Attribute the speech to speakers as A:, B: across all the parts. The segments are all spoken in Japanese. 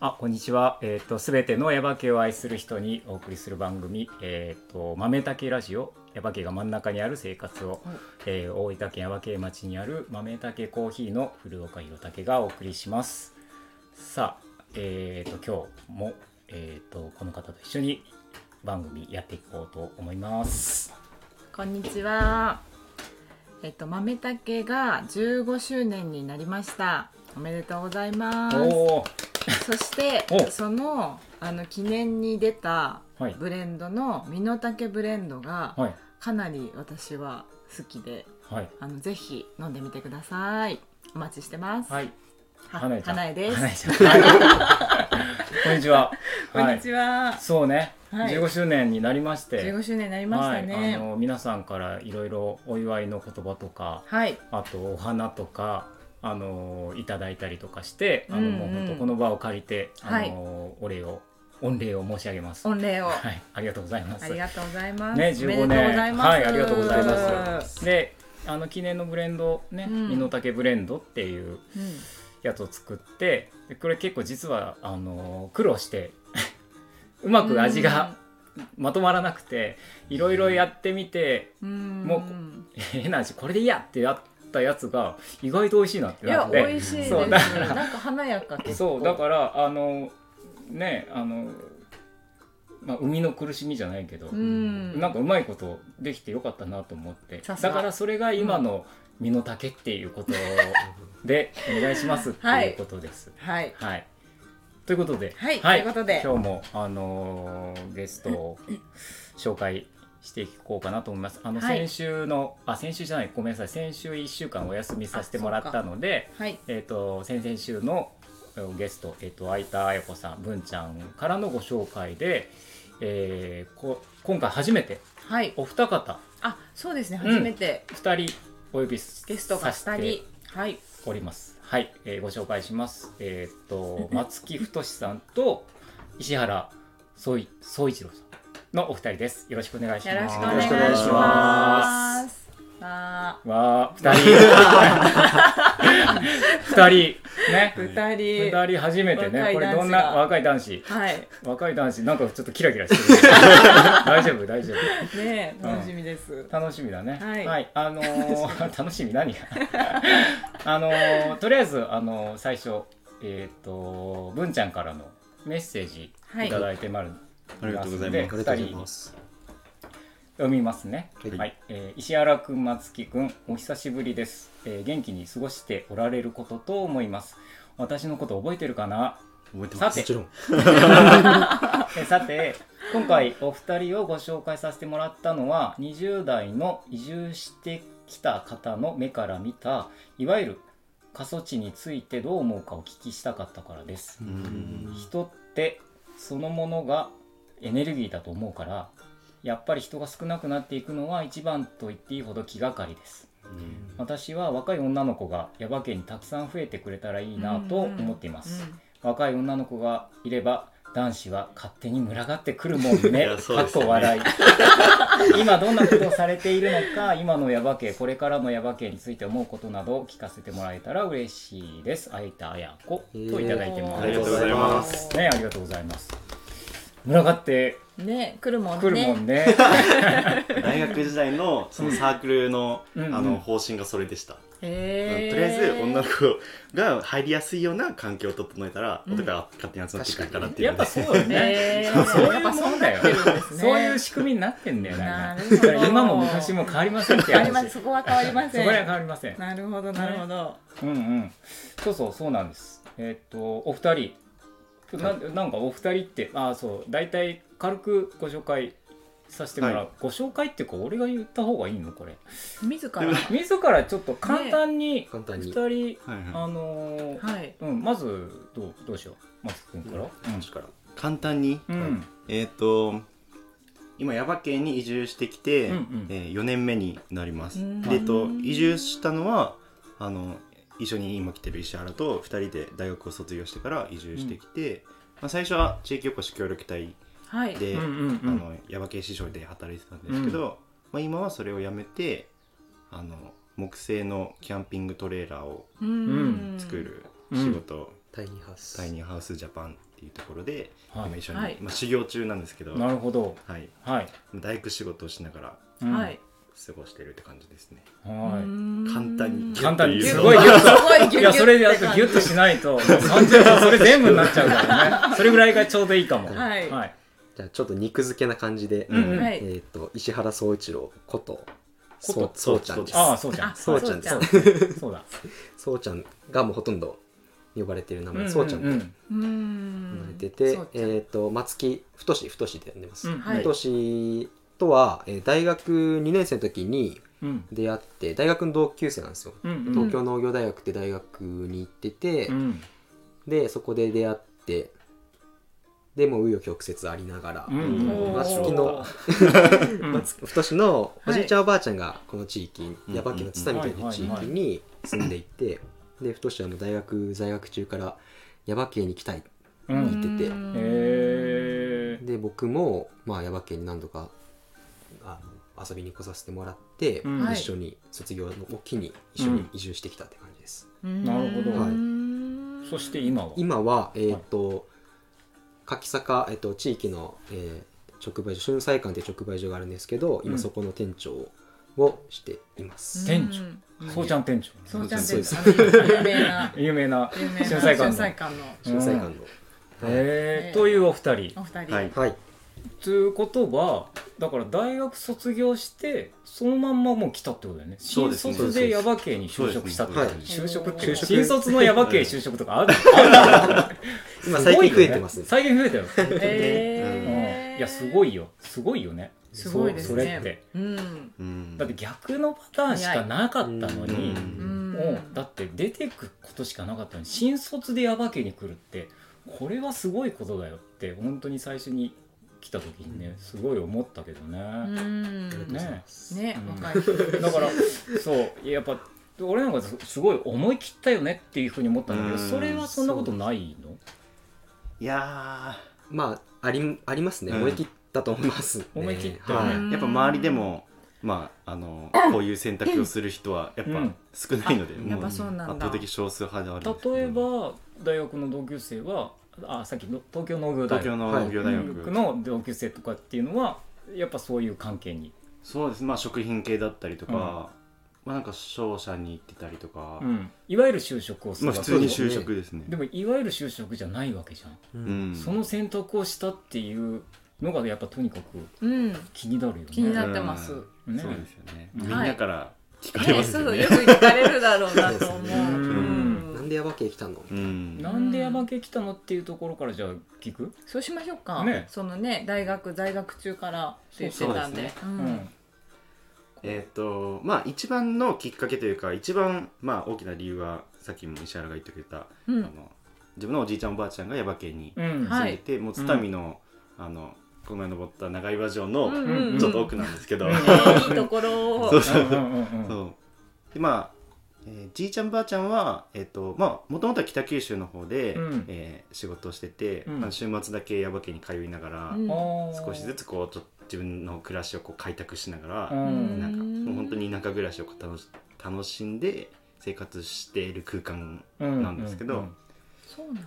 A: あこんにちは。えっ、とすべてのヤバ系を愛する人にお送りする番組、えっ、と豆竹ラジオ。ヤバ系が真ん中にある生活を、
B: はい
A: えー大分県ヤバ系町にある豆竹コーヒーの古岡弘武がお送りします。さあ、えっ、と今日もえっ、とこの方と一緒に番組やっていこうと思います。
B: こんにちは。えっと豆竹が15周年になりました。おめでとうございます。
A: おお、
B: そして
A: お
B: そのあの記念に出た
A: はい
B: ブレンドのミノタケブレンドが
A: はい
B: かなり私は好きで、
A: はい
B: あのぜひ飲んでみてください。お待ちしてます。
A: はい。
B: は
A: 花江ちゃん
B: 花江です。
A: 花江ちゃんはい こんにちは。
B: こんにちは。
A: そうね、
B: はい
A: 15周年になりまして
B: 15周年になりました
A: はい、あ
B: ね。
A: の皆さんからいろいろお祝いの言葉とか
B: はい。
A: あとお花とかあのいただいたりとかしてあの、
B: うんうん
A: もう本当この場を借りてあ
B: はい
A: の、お礼を御礼を申し上げます。
B: 御礼を。
A: はい、ありがとうございます。
B: ありがとうございます。
A: ね、
B: おめ
A: 15
B: でとうご
A: 年
B: ざいます。
A: はい、ありがとうございます。で、あの記念のブレンドね、
B: うん
A: 身の丈ブレンドっていう
B: うん
A: やつを作ってでこれ結構実はあの苦労して うまく味がまとまらなくていろいろやってみて
B: うん、
A: もう変な味これでいいやってやったやつが意外と美味しいなって
B: い
A: な
B: や
A: っ
B: 美
A: て
B: 味しいです。
A: そ
B: な
A: うんだ
B: か
A: から
B: 華やか結構
A: そうだからあのねあのまあ生みの苦しみじゃないけど、
B: うん
A: なんかうまいことできてよかったなと思って
B: さす
A: だ
B: が
A: からそれが今の身の丈っていうことでお願いしますっていうことです。
B: はい
A: はい。ということで、
B: はいということで
A: 今日もあのーゲストを紹介していこうかなと思います。あの
B: はい
A: 先週の、あ先週じゃないごめんなさい先週一週間お休みさせてもらったので、
B: はい
A: えっ、と先々週のえーゲストえっ、と相田彩子さん文ちゃんからのご紹介で、えーこ今回初めて
B: はい。
A: お二方
B: あそうですね
A: うん
B: 初めて
A: 二人お呼びす
B: ゲストが
A: さ
B: 二
A: せて
B: 人はい
A: おります。はい、えーご紹介します。えーっ と松木太さんと石原総一総一郎さんのお二人です。よろしくお願いし
B: よろ
A: ま
B: し
A: す。
B: くお願いし
C: よろしくお
B: ま。
C: 願
A: いします
B: わ
A: す。わあ、二 人。二人。ね
B: あ。二
A: 二
B: 人
A: 人初めてね。
B: 若
A: こ
B: い男子が
A: れどんな若い男子。
B: はい
A: 若い男子なんかちょっとキラキラ してる。大丈夫大丈夫。
B: ね
A: うん
B: 楽しみです。
A: 楽しみだね。
B: はい
A: あの ー楽しみ何が。 あのーとりあえずあのー最初えっ、と文ちゃんからのメッセージ
B: はい
A: いただいてまる、
C: ありがとうござい
A: で
C: ます。ありがとうございます。
A: 読みますね。は、
C: はいい
A: えー石原くん、松木くん、お久しぶりです、えー元気に過ごしておられることと思います。私のこと覚えてるかな。
C: 覚えて
A: さ
C: ます。
A: て
C: もちろん。
A: えさて今回お二人をご紹介させてもらったのは20代の移住してきた方の目から見たいわゆる過疎地についてどう思うかお聞きしたかったからです
C: う。ん
A: 人ってそのものがエネルギーだと思うからやっぱり人が少なくなっていくのは一番と言っていいほど気がかりです私は若い女の子が耶馬渓にたくさん増えてくれたらいいなと思っています、
B: うんうん
A: 若い女の子がいれば男子は勝手に群がってくるもんね。
C: いやそう
A: か
C: で
A: っ
C: す
A: こ
C: よね
A: 笑い。 今どんなことをされているのか、今のヤバ系、これからのヤバ系について思うことなどを聞かせてもらえたら嬉しいです。あいたあやこといただいてます。
C: ありがとうございます
A: ね、ありがとうございます。群がって
B: ね来るもんね。
A: くるもんね。
C: 大学時代のそのサークルのあ
A: うんうん
C: の方針がそれでした。と
B: へー
C: りあえず女の子が入りやすいような環境を整えたら男が勝手に集まってくるからって い
A: や
C: う
A: っ
C: ので
A: ぱ。そうよね
B: へ。ー
A: そうい
B: や
A: うも
B: っぱそうん
A: だよ
B: なってるんです。ね
A: そういう仕組みになってんだよな
B: なるほど。
A: 今も昔も変わりませんって
B: 変わ
A: 話。
B: りませんそこは変わりま
A: そ
B: せ
A: こら辺
B: ん。
A: 変わりません。
B: なるほどなるほど。
A: うんうん。そうそうそうなんです。えーっとお二人。ななんかお二人ってああそう大体軽くご紹介させてもらう、
C: はい
A: ご紹介っていうか俺が言った方がいいのこれ
B: 自ら
A: 自らちょっと簡単に
D: 簡単
A: 二
D: に
A: 人、
C: はいはい
A: あのー
B: はい。
A: うんまずどうどうしよう松木君から
D: 私から
C: 簡単に、
A: うん、うん
C: えっと今耶馬渓に移住してきて、え
A: うんうん
C: ー4年目になります。
B: うん
C: でえっと移住したのはあの一緒に今来てる石原と2人で大学を卒業してから移住してきて、まあ、最初は地域おこし協力隊
B: はい。
C: で、
A: うんうん
C: あの耶馬渓師匠で働いてたんですけど、まあ、今はそれをやめてあの木製のキャンピングトレーラーを
B: うん
C: 作る仕事、
D: タイニーハウス
C: タイニーハウスジャパンってっていうところで、
A: はい
C: 今一緒に、
B: はい
C: まあ、修行中なんですけど、
A: な
C: は
A: るほど
C: い、
A: はい、
C: 大工仕事をしながら
A: うん
B: はい、
C: 過ごしてるって感じですね。
A: は
C: 簡単に
A: い簡単に
C: ギュッ
A: す
C: と
A: ごい
C: 言
A: ギ
C: う
A: ュッと
B: ごいギュッギュ
A: い
B: ッ
A: やそれでなん
B: って
A: か
B: 感
A: ギ
B: じ
A: ュッとしないと30分それ全部になっちゃうからねそれぐらいがちょうどいいかも
B: はい
A: はい
D: じゃあちょっと肉付けな感じで、
A: うんうん
B: はい
D: えっ、と石原宗一郎こと
A: こと
D: そうそうちゃんです
A: ああそうじゃん
B: あ
D: そうちゃんです
A: そ
B: そうう
A: そうだ
D: そうちゃんがもうほとんど呼ばれてる名前、
A: ん
D: そうちゃんと
A: う
D: 呼
A: ん
B: うー
D: ばれ
B: ん
D: てて、
B: そうち
D: え
B: ゃん
D: っ、と松木太志太志って呼んでます、
A: うん
B: はい
D: 太志とは、えー大学2年生の時に
A: うん
D: 出会って大学の同級生なんですよ
A: うんうん
D: 東京農業大学って大学に行ってて、
A: うん
D: でそこで出会ってでもう紆余曲折ありながら、
A: うん
B: おー
D: 松木の
A: うん
D: 松木太志のおじいちゃんおばあちゃんがこの地域
C: うん
D: 耶馬渓の津田みたいな地域に住んでいてで太志はもう大学在学中から耶馬渓に来たい
A: うん
D: に行ってて
B: うーん
A: へえ
D: で僕もまあ耶馬渓に何度かあの遊びに来させてもらって、
A: うん
B: はい
D: 一緒に卒業の機に一緒に移住してきたって感じです、
B: うーん
A: なるほど
D: はい
B: い
A: そして今は
D: 今はえっ、と、柿坂、えっと地域の、えー直売所春菜館っていう直売所があるんですけど
A: う
D: 今
A: ん
D: そこの店長をしています、
A: 店長
B: うん
A: そうちゃん店長
B: そうちゃん
D: そ
B: で
D: うですす
B: あの有名な
A: 有名な
B: 有名
A: 春
B: な
A: 菜館の
B: の
D: 震災館の、はい
A: へえというお二人
B: お二人
C: はい
D: はい
A: ということはだから大学卒業してそのまんまもう来たってことだよね
C: そう
A: 新
C: ですね
A: 卒で耶馬渓に就職したってこと
D: そうで
A: 就職って
B: はい
A: 新卒の耶馬渓就職とかある
D: 今最近増えて ます
A: 最近増えたよ、
B: え
A: う
B: ー
A: んいやすごいよすごいよね
B: すごいです
A: そう
B: ね
A: それって
B: うん
C: うん
A: だって逆のパターンしかなかったのに、
C: う
B: うんん
A: もうだって出てくことしかなかったのに新卒で耶馬渓に来るってこれはすごいことだよって本当に最初に来た時にねすごい思ったけど
B: う
A: ね、
B: ん
A: ね
B: ね
A: うん
B: 若い人
A: だからそうやっぱ俺なんかすごい思い切ったよねっていうふうに思ったんだけど
C: うん
A: それはそんなことないの
C: いや
D: まあありありますね
C: うん
D: 思い切ったと思いますね、
A: 思い切った
D: はい
B: うん
C: ーやっぱ周りでもまああのこういう選択をする人はやっ
A: うん
C: ぱ少ないので、
B: やっ
C: もう
B: ぱ
C: 圧
B: そうなんだ
C: 倒的少数派ではあるんですけど
A: 例えば大学の同級生はあさっきの東京農業大
C: 東京
A: 学
C: の農業大学、
A: の同級生とかっていうのはやっぱそういう関係に、
C: そうですまあ食品系だったりとか、まあなんか商社に行ってたりとか、
A: うんいわゆる就職をする
C: まあ
A: わけ
C: 普
A: でし
C: 通
A: ょ
C: に就職ですね
A: でもいわゆる就職じゃないわけじゃん、
C: うん
A: その選択をしたっていうのがやっぱとにかく
B: うん
A: 気になるよね
B: 気になってます
C: うん
A: ね
C: そうですよね、
A: はい
C: みんなから聞かれ
B: ね
C: ます
B: そ
C: よね
B: うよく聞かれるだろうなと思う
D: そう
B: う
D: ですね
A: うん
D: なん
B: ん
D: でヤバ系来たの
C: うん
A: なんでヤマケ来たのっていうところからじゃあ聞く
B: そうしましょうか
A: ね
B: そのね大学在学中からって言ってたんで
C: そう
B: う
A: うんん
C: えっ、とまあ一番のきっかけというか一番まあ大きな理由はさっきも石原が言ってくれた、
B: う
C: あ
B: ん
C: の自分のおじいちゃんおばあちゃんが耶馬渓に
A: うん
B: はい
C: 住んでて、もう津民の、あのこの前登った長岩城の
B: うん
A: うん
C: ちょっと奥なんですけど、
A: うん
B: ねいいところを
C: そう
A: うんうんうんうん
C: そうでまあ、えーじいちゃんばあちゃんはえっ、とまあもともとは北九州の方で、
A: うん
C: えー仕事をしてて、
A: うん
C: あの週末だけ耶馬渓に通いながら、
B: うん
A: あー
C: 少しずつこうちょっと自分の暮らしをこう開拓しながら、
A: う
C: なんん
B: う
C: か
B: ん
C: もう本当に田舎暮らしをこう楽し楽しんで生活している空間なんですけど、
A: うん
B: そうなんだ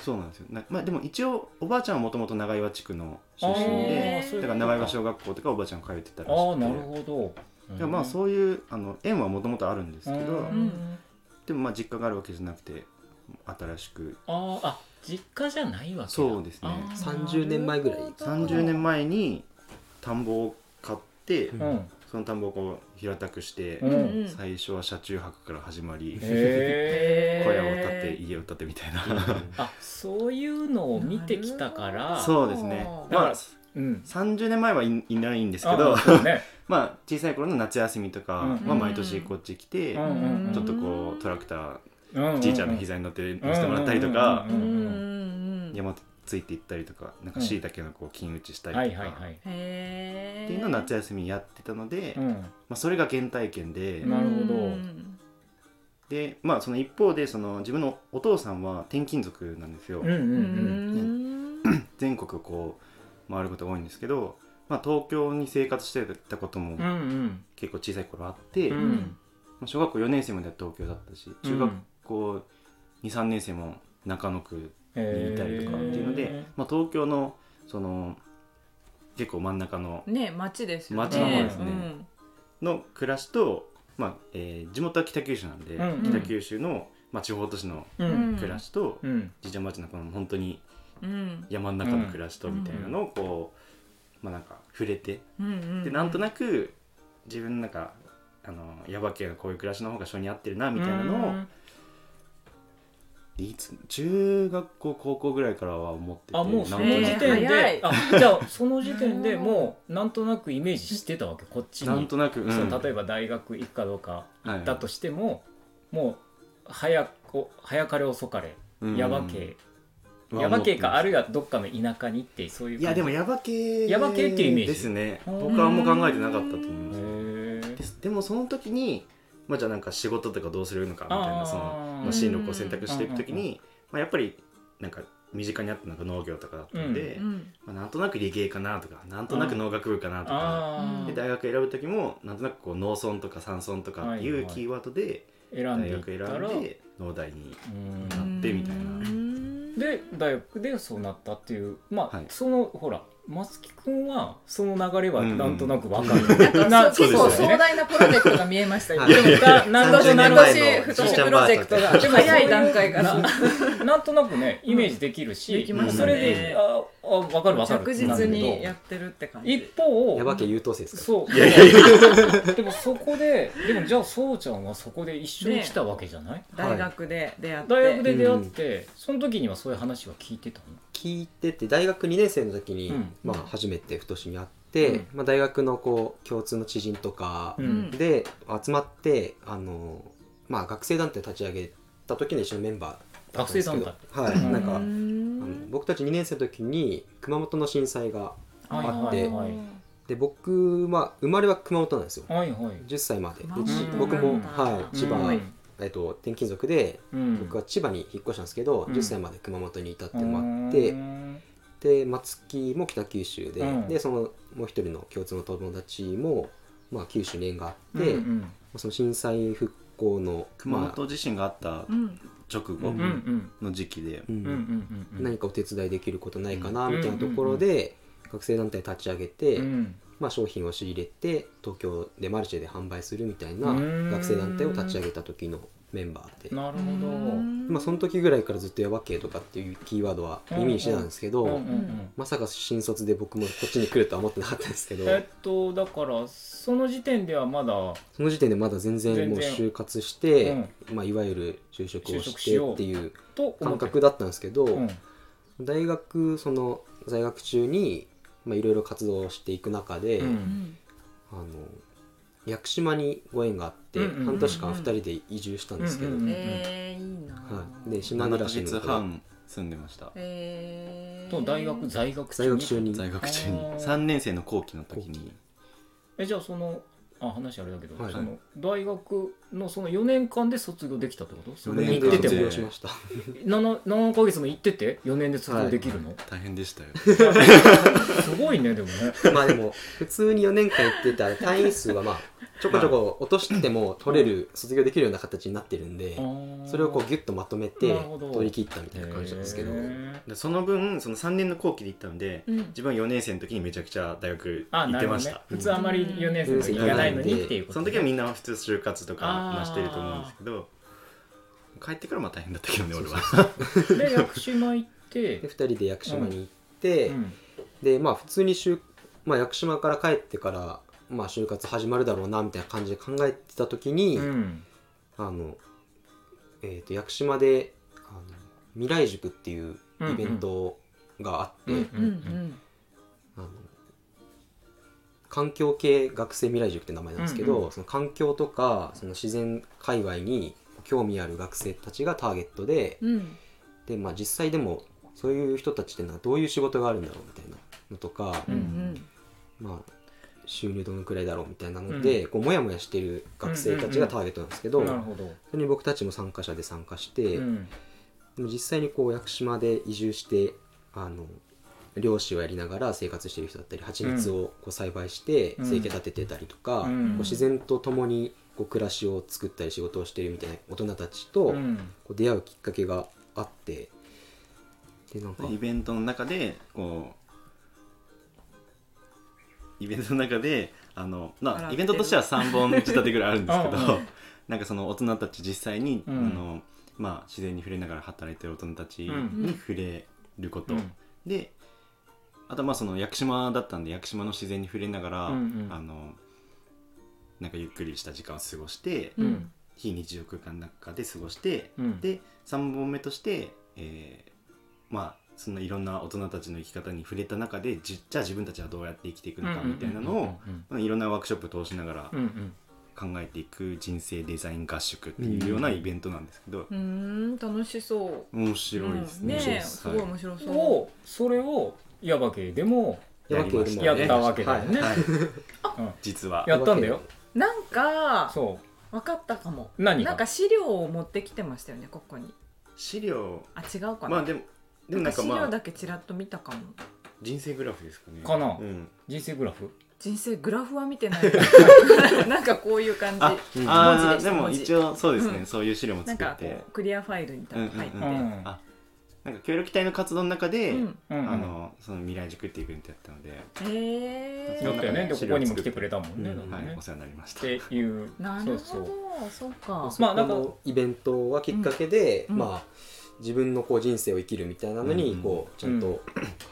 C: そうなんですよなまあでも一応おばあちゃんはもともと長岩地区の出身
B: へ
C: で
B: ー
C: だから長岩小学校とかおばあちゃんが通ってたらしくて
A: ああなるほど
C: でもまあそういうあの縁はもともとあるんですけど、
A: うん
C: でもまあ実家があるわけじゃなくて新しく
A: あーあ実家じゃないわけだ
C: そうですね
A: あー
D: 30年前ぐらい
C: 30年前に田んぼを買って、
D: うん
A: うん
C: その田んぼをこう平たくして、
A: うん
B: うんうん
C: 最初は車中泊から始まり、
A: へえ
C: 小屋を建て家を建てみたいな、
A: あそういうのを見てきたから
C: そうですね
A: だか
C: ま
A: ら
C: あ
A: うん
C: 30年前はい、いないんですけ
A: あ
C: ど
A: ーそうね
C: まあ小さい頃の夏休みとか
A: うん
C: は毎年こっち来て、
A: うんうんうん
C: ちょっとこうトラクター
A: うんうんうん
C: じいちゃんの膝に乗って乗せてもらったりと
A: う
C: か
A: んうんうんうん
B: うん
C: 山ついて行ったりとかなんかしいたけのこう金打ちした
A: は
C: り
A: い
C: とか
A: はいは
C: っ
A: い
B: へえ
C: ていうのを夏休みやってたので、
A: う
C: ま
A: ん
C: あ、それが原体験で、
A: なるほど
B: うん
C: でまあその一方でその自分のお父さんは転勤族なんですよ、
A: うんうんうん
B: うん
C: 全国をこう回ることが多いんですけど、まあ、東京に生活してたことも
A: うんうん
C: 結構小さい頃あって、
A: う
C: ま
A: ん
C: あ小学校4年生までは東京だったし中学校23年生も中野区
A: へ
C: にいたりとかっていうの
B: へ
C: で
B: ー、
C: まあ、東京のその結構真ん中の
B: ね町ですよね
C: 町
A: の方
C: ですね
B: うん
C: の暮らしと、まあえー地元は北九州なんで、
A: うん
C: 北九州の、まあ、地方都市の
A: う
B: うんん
C: 暮らしと、
A: うん
C: じいちゃんばあちゃんのこの本当に
B: うん
C: 山の中の暮らしとみたいなのをこう、まあ、なんか触れて
B: うん
C: でなんと
B: な
C: なく自分のなんかあのヤバ系のこういう暮らしの方が性に合ってるなみたいなのを、いつ中学校高校ぐらいからは思ってて
A: あもうその
C: なん
A: 時点
C: となく
A: で、
B: えー早い
A: あじゃあその時点でもうなんとなくイメージしてたわけこっちに
C: なんとなく、
A: そうう例えば大学行くかどうか
C: ば
A: だとしても、もう早く早かれ遅かれヤバ系、ヤバ系かあ
C: る
A: るいはどっかの田舎にってそういう
C: いやでもヤバ系
A: ヤバ系っていうイメージ
C: ですね
A: うん
C: 僕はあんま考えてなかったと思います
A: へえ
C: ですでもその時に、まあ、じゃあなんか仕事とかどうするのかみたい
A: あー
C: なその、まあ、進路をこう選択していく時に、まあ、やっぱりなんか身近にあったのが農業とかだったんで、
B: うん
C: まあ、なんとなく理系かなとかなんとなく農学部かなとか、
A: あ
C: で
A: ー
C: 大学選ぶ時もなんとなくこう農村とか山村とかって
A: はい
C: い
A: は
C: う
A: い
C: キーワードで
A: 選ん
C: 大
A: でい
C: 学選
A: ったら
C: んで農大に
A: うん
C: なってみたいな
B: うん
A: で大学でそうなったっていうまあ、
C: はい
A: そのほら松木君はその流れはなんとなくわかる、
B: なんか
A: な
B: そう結構
A: そうですよ
B: 壮
A: ね
B: 大なプロジェクトが見えましたよ。
D: いや
B: で
D: い
B: も
A: な
D: や
A: なんと
B: 年
A: な
B: 年
A: く
C: 30
B: 年太しプロジェクトが
A: でも
B: 早い段階から
A: ななんとなくねイメージできるし、
B: でき
C: ましたね
A: それでああ分かる分かる
B: 着
A: なんだ
B: 実に
A: け
B: や
A: ど
B: ってるって感じ。
A: 一方
D: ヤバ系優等生ですか
A: そう
C: いやいやいや
A: でもそこででもじゃあそうちゃんはそこで一緒に来たわけじゃない、
B: 大学で出会って、
A: 大学で出会って、その時にはそういう話は聞いてた
D: 聞いてて大学2年生の時に、
A: うん
D: まあ、初めて太しに会って、
A: うん
D: まあ、大学のこう共通の知人とか
A: の、
B: ん
D: で集まってあの、まあ、学生団体立ち上げた時の一緒のメンバーだったんですけど
A: 学
D: は
A: う
D: い
A: ん
D: なんか、
B: う
D: あの僕たち2年生の時に熊本の震災が
A: はい
D: あ
A: は
D: っ
A: い
D: て
A: はい
D: で僕は生まれは熊本なんですよ
A: はいはい
D: 10歳までで
B: 熊本
D: ち
A: なんだ
D: 僕も、はい、千葉、
A: うん
D: えっと、転勤族で
A: うん、
D: 僕は千葉に引っ越したんですけど、
A: うん
D: 10歳まで熊本にいたっていうのもあって、
A: うん
D: で松木も北九州で、
A: うん
D: でそのもう一人の共通の友達も、まあ、九州に縁があって、
A: うんうん
D: その震災復興の、
C: 熊
D: まあ
C: 本地震があった
B: うん
C: 直
A: う
C: 後
A: んうん
C: の時期で、
D: う
A: うんうん
D: ん
A: うんうん
D: 何かお手伝いできることないかな
A: うん
D: みたいなところで、学生団体立ち上げて、
A: うん
D: まあ、商品を仕入れて東京でマルシェで販売するみたいな
A: うん
D: 学生団体を立ち上げた時のメンバーで、
A: なるほど
D: まあ、その時ぐらいからずっと「やばけ」とかっていうキーワードは耳にしてたんですけど、
A: うんうんうん
D: まさか新卒で僕もこっちに来るとは思ってなかったんですけど。
A: えっとだからその時点ではまだ
D: その時点でまだ全然もう
A: 全然
D: 就活して、まあ、いわゆる就職
A: 就
D: を
A: 職
D: し
A: しよ
D: て
A: う
D: っていう
A: と思っ
D: 感
A: て
D: 覚だったんですけど、
A: うん
D: 大学その在学中にまあいろいろ活動をしていく中で、
A: うん
D: あの屋久島にご縁があって、
A: うんうんうんうん
D: 半年間2人で移住したんですけど、
A: うんうんうん
B: えー、いいなぁ、
D: はい、で島
C: 7
D: 暮
C: ヶ
D: らしの
C: 月
D: 子が
C: 半住んでました
B: えー、
A: と大学在学
D: 在
A: 中
D: 学
A: に
D: 中に
C: 在学中
A: あー
C: に3年生の後期の時に
A: えじゃあそのあ話あれだけど、
D: はい
A: その大学のその4年間で卒業できたってこと
C: 四
D: 僕
C: 年
A: 行
C: 間
A: って
D: 卒
A: ても
D: 業しました
A: 7, 7ヶ月も行ってて4年で卒業できるの、
C: 大変でしたよ
A: すごいねでもね
D: まあでも普通に4年間行って たら単位数はまあちょこちょこ落としても取れる卒業できるような形になってるんで、 それをこうギュッとまとめて
A: なるほど
D: 取り切ったみたいな感じなんですけど、
A: へー
C: でその分その3年の後期で行ったので
B: うん
C: 自分は4年生の時にめちゃくちゃ大学
A: あ
C: 行っ
A: な
C: て
A: るほ
C: ま
A: ど
C: し
A: ね
C: た、
A: 普通あんまり4年生の時行かないのにっていうこと、ね、
C: その時は
A: み
C: みんな普通就活とかまあしてると思うんですけど帰ってからまあ大変だったけどね俺は
A: んなで屋久島行って
D: で2人で屋久島に行って、
A: うん
D: でまあ普通に就、まあ、屋久島から帰ってから、まあ、就活始まるだろうなみたいな感じで考えてた時に、
A: うん
D: あの、えー、と屋久島であの未来塾っていうイベントがあって、
A: うんうん
B: うんうん
D: あの環境系学生未来塾って名前なんですけど、
A: うんう
D: その環境とかその自然界隈に興味ある学生たちがターゲットで、
B: うん
D: で、まあ、実際でもそういう人たちってのはどういう仕事があるんだろうみたいなのとか、
B: うんうん
D: まあ、収入どのくらいだろうみたいなので、こうモヤモヤしてる学生たちがターゲットなんですけど、
A: なるほど、
D: それに僕たちも参加者で参加して、
A: うん
D: でも実際にこう屋久島で移住してあの漁師をやりながら生活してる人だったり蜂蜜をこう栽培して
A: うん
D: 生計立ててたりとか、
A: う
D: こ
A: ん
D: う自然と共にこう暮らしを作ったり仕事をしてるみたいな大人たちと
A: うん
D: こう出会うきっかけがあってでなんか
C: イベントの中でこうイベントの中であの、
B: 笑っ
C: ま
B: て
C: あ、
B: る
C: イベントとしては3本仕立てぐらいあるんですけど
A: うんうん
C: なんかその大人たち実際に、
A: うん
C: あのまあ、自然に触れながら働いてる大人たち
A: うん
C: に触れること、
A: うん
C: であとまあその屋久島だったんで屋久島の自然に触れながら、
A: うんうん
C: あのなんかゆっくりした時間を過ごして、
A: うん
C: 非日常空間の中で過ごして、
A: うん
C: で3本目として、えーまあそのいろんな大人たちの生き方に触れた中でじじゃあ自分たちはどうやって生きていくのかみたいなのを、
A: うん
C: まあいろんなワークショップを通しながら
A: うんうん
C: 考えていく人生デザイン合宿っていうようなイベントなんですけど、
B: うーん楽しそう
C: 面白いですね。
B: うんねえ
C: はい
B: すごい面白
A: うん
B: そう、
A: をそれをヤバ系でも
D: やばけれどもね
A: やったわけだよね、
C: はい
A: うん
C: 実は
A: やったんだよ
B: なんか
A: そ
B: 分かったかも
A: う何が
B: なんか資料を持ってきてましたよねここに
C: 資料
B: あ違うかな、
C: まあでもでも
B: な
C: なんん
B: か
C: か
B: 資料
C: ま
B: だ
C: あ
B: けちらっと見たかも
C: 人生グラフですかね
A: かな
C: うん、
A: 人生グラフ
B: 人生グラフは見てない なんかこういう感じ
C: あ
D: うん
C: あ
B: 文字で
C: ー
B: す
C: でも
B: 文字
C: 一応そうですね、
B: うん
C: そういう資料も
B: なん
C: 作
B: か
C: っ
B: こ
C: て
B: うクリアファイルみたいなの入って、
C: うん
A: うんうん
C: あなんか協力隊の活動の中で、
B: うん
A: うんうん
C: あのその未来塾っていうイベントやったので、
A: だ
B: へえ
A: ったよねでこ
C: 資
A: こ
C: 料
A: にも来
C: 作っ
A: て
C: て
A: くれたもんね、
D: うん
A: だから
C: は
A: ね
C: い、お世話になりまし。
A: ったていう
B: なる
A: そ
B: ほ
A: うそう
B: どそうか
A: まあなんか
D: このイベントはきっかけで、
B: うん
D: まあ自分のこう人生を生きるみたいなのに
C: うん
D: こうちゃんと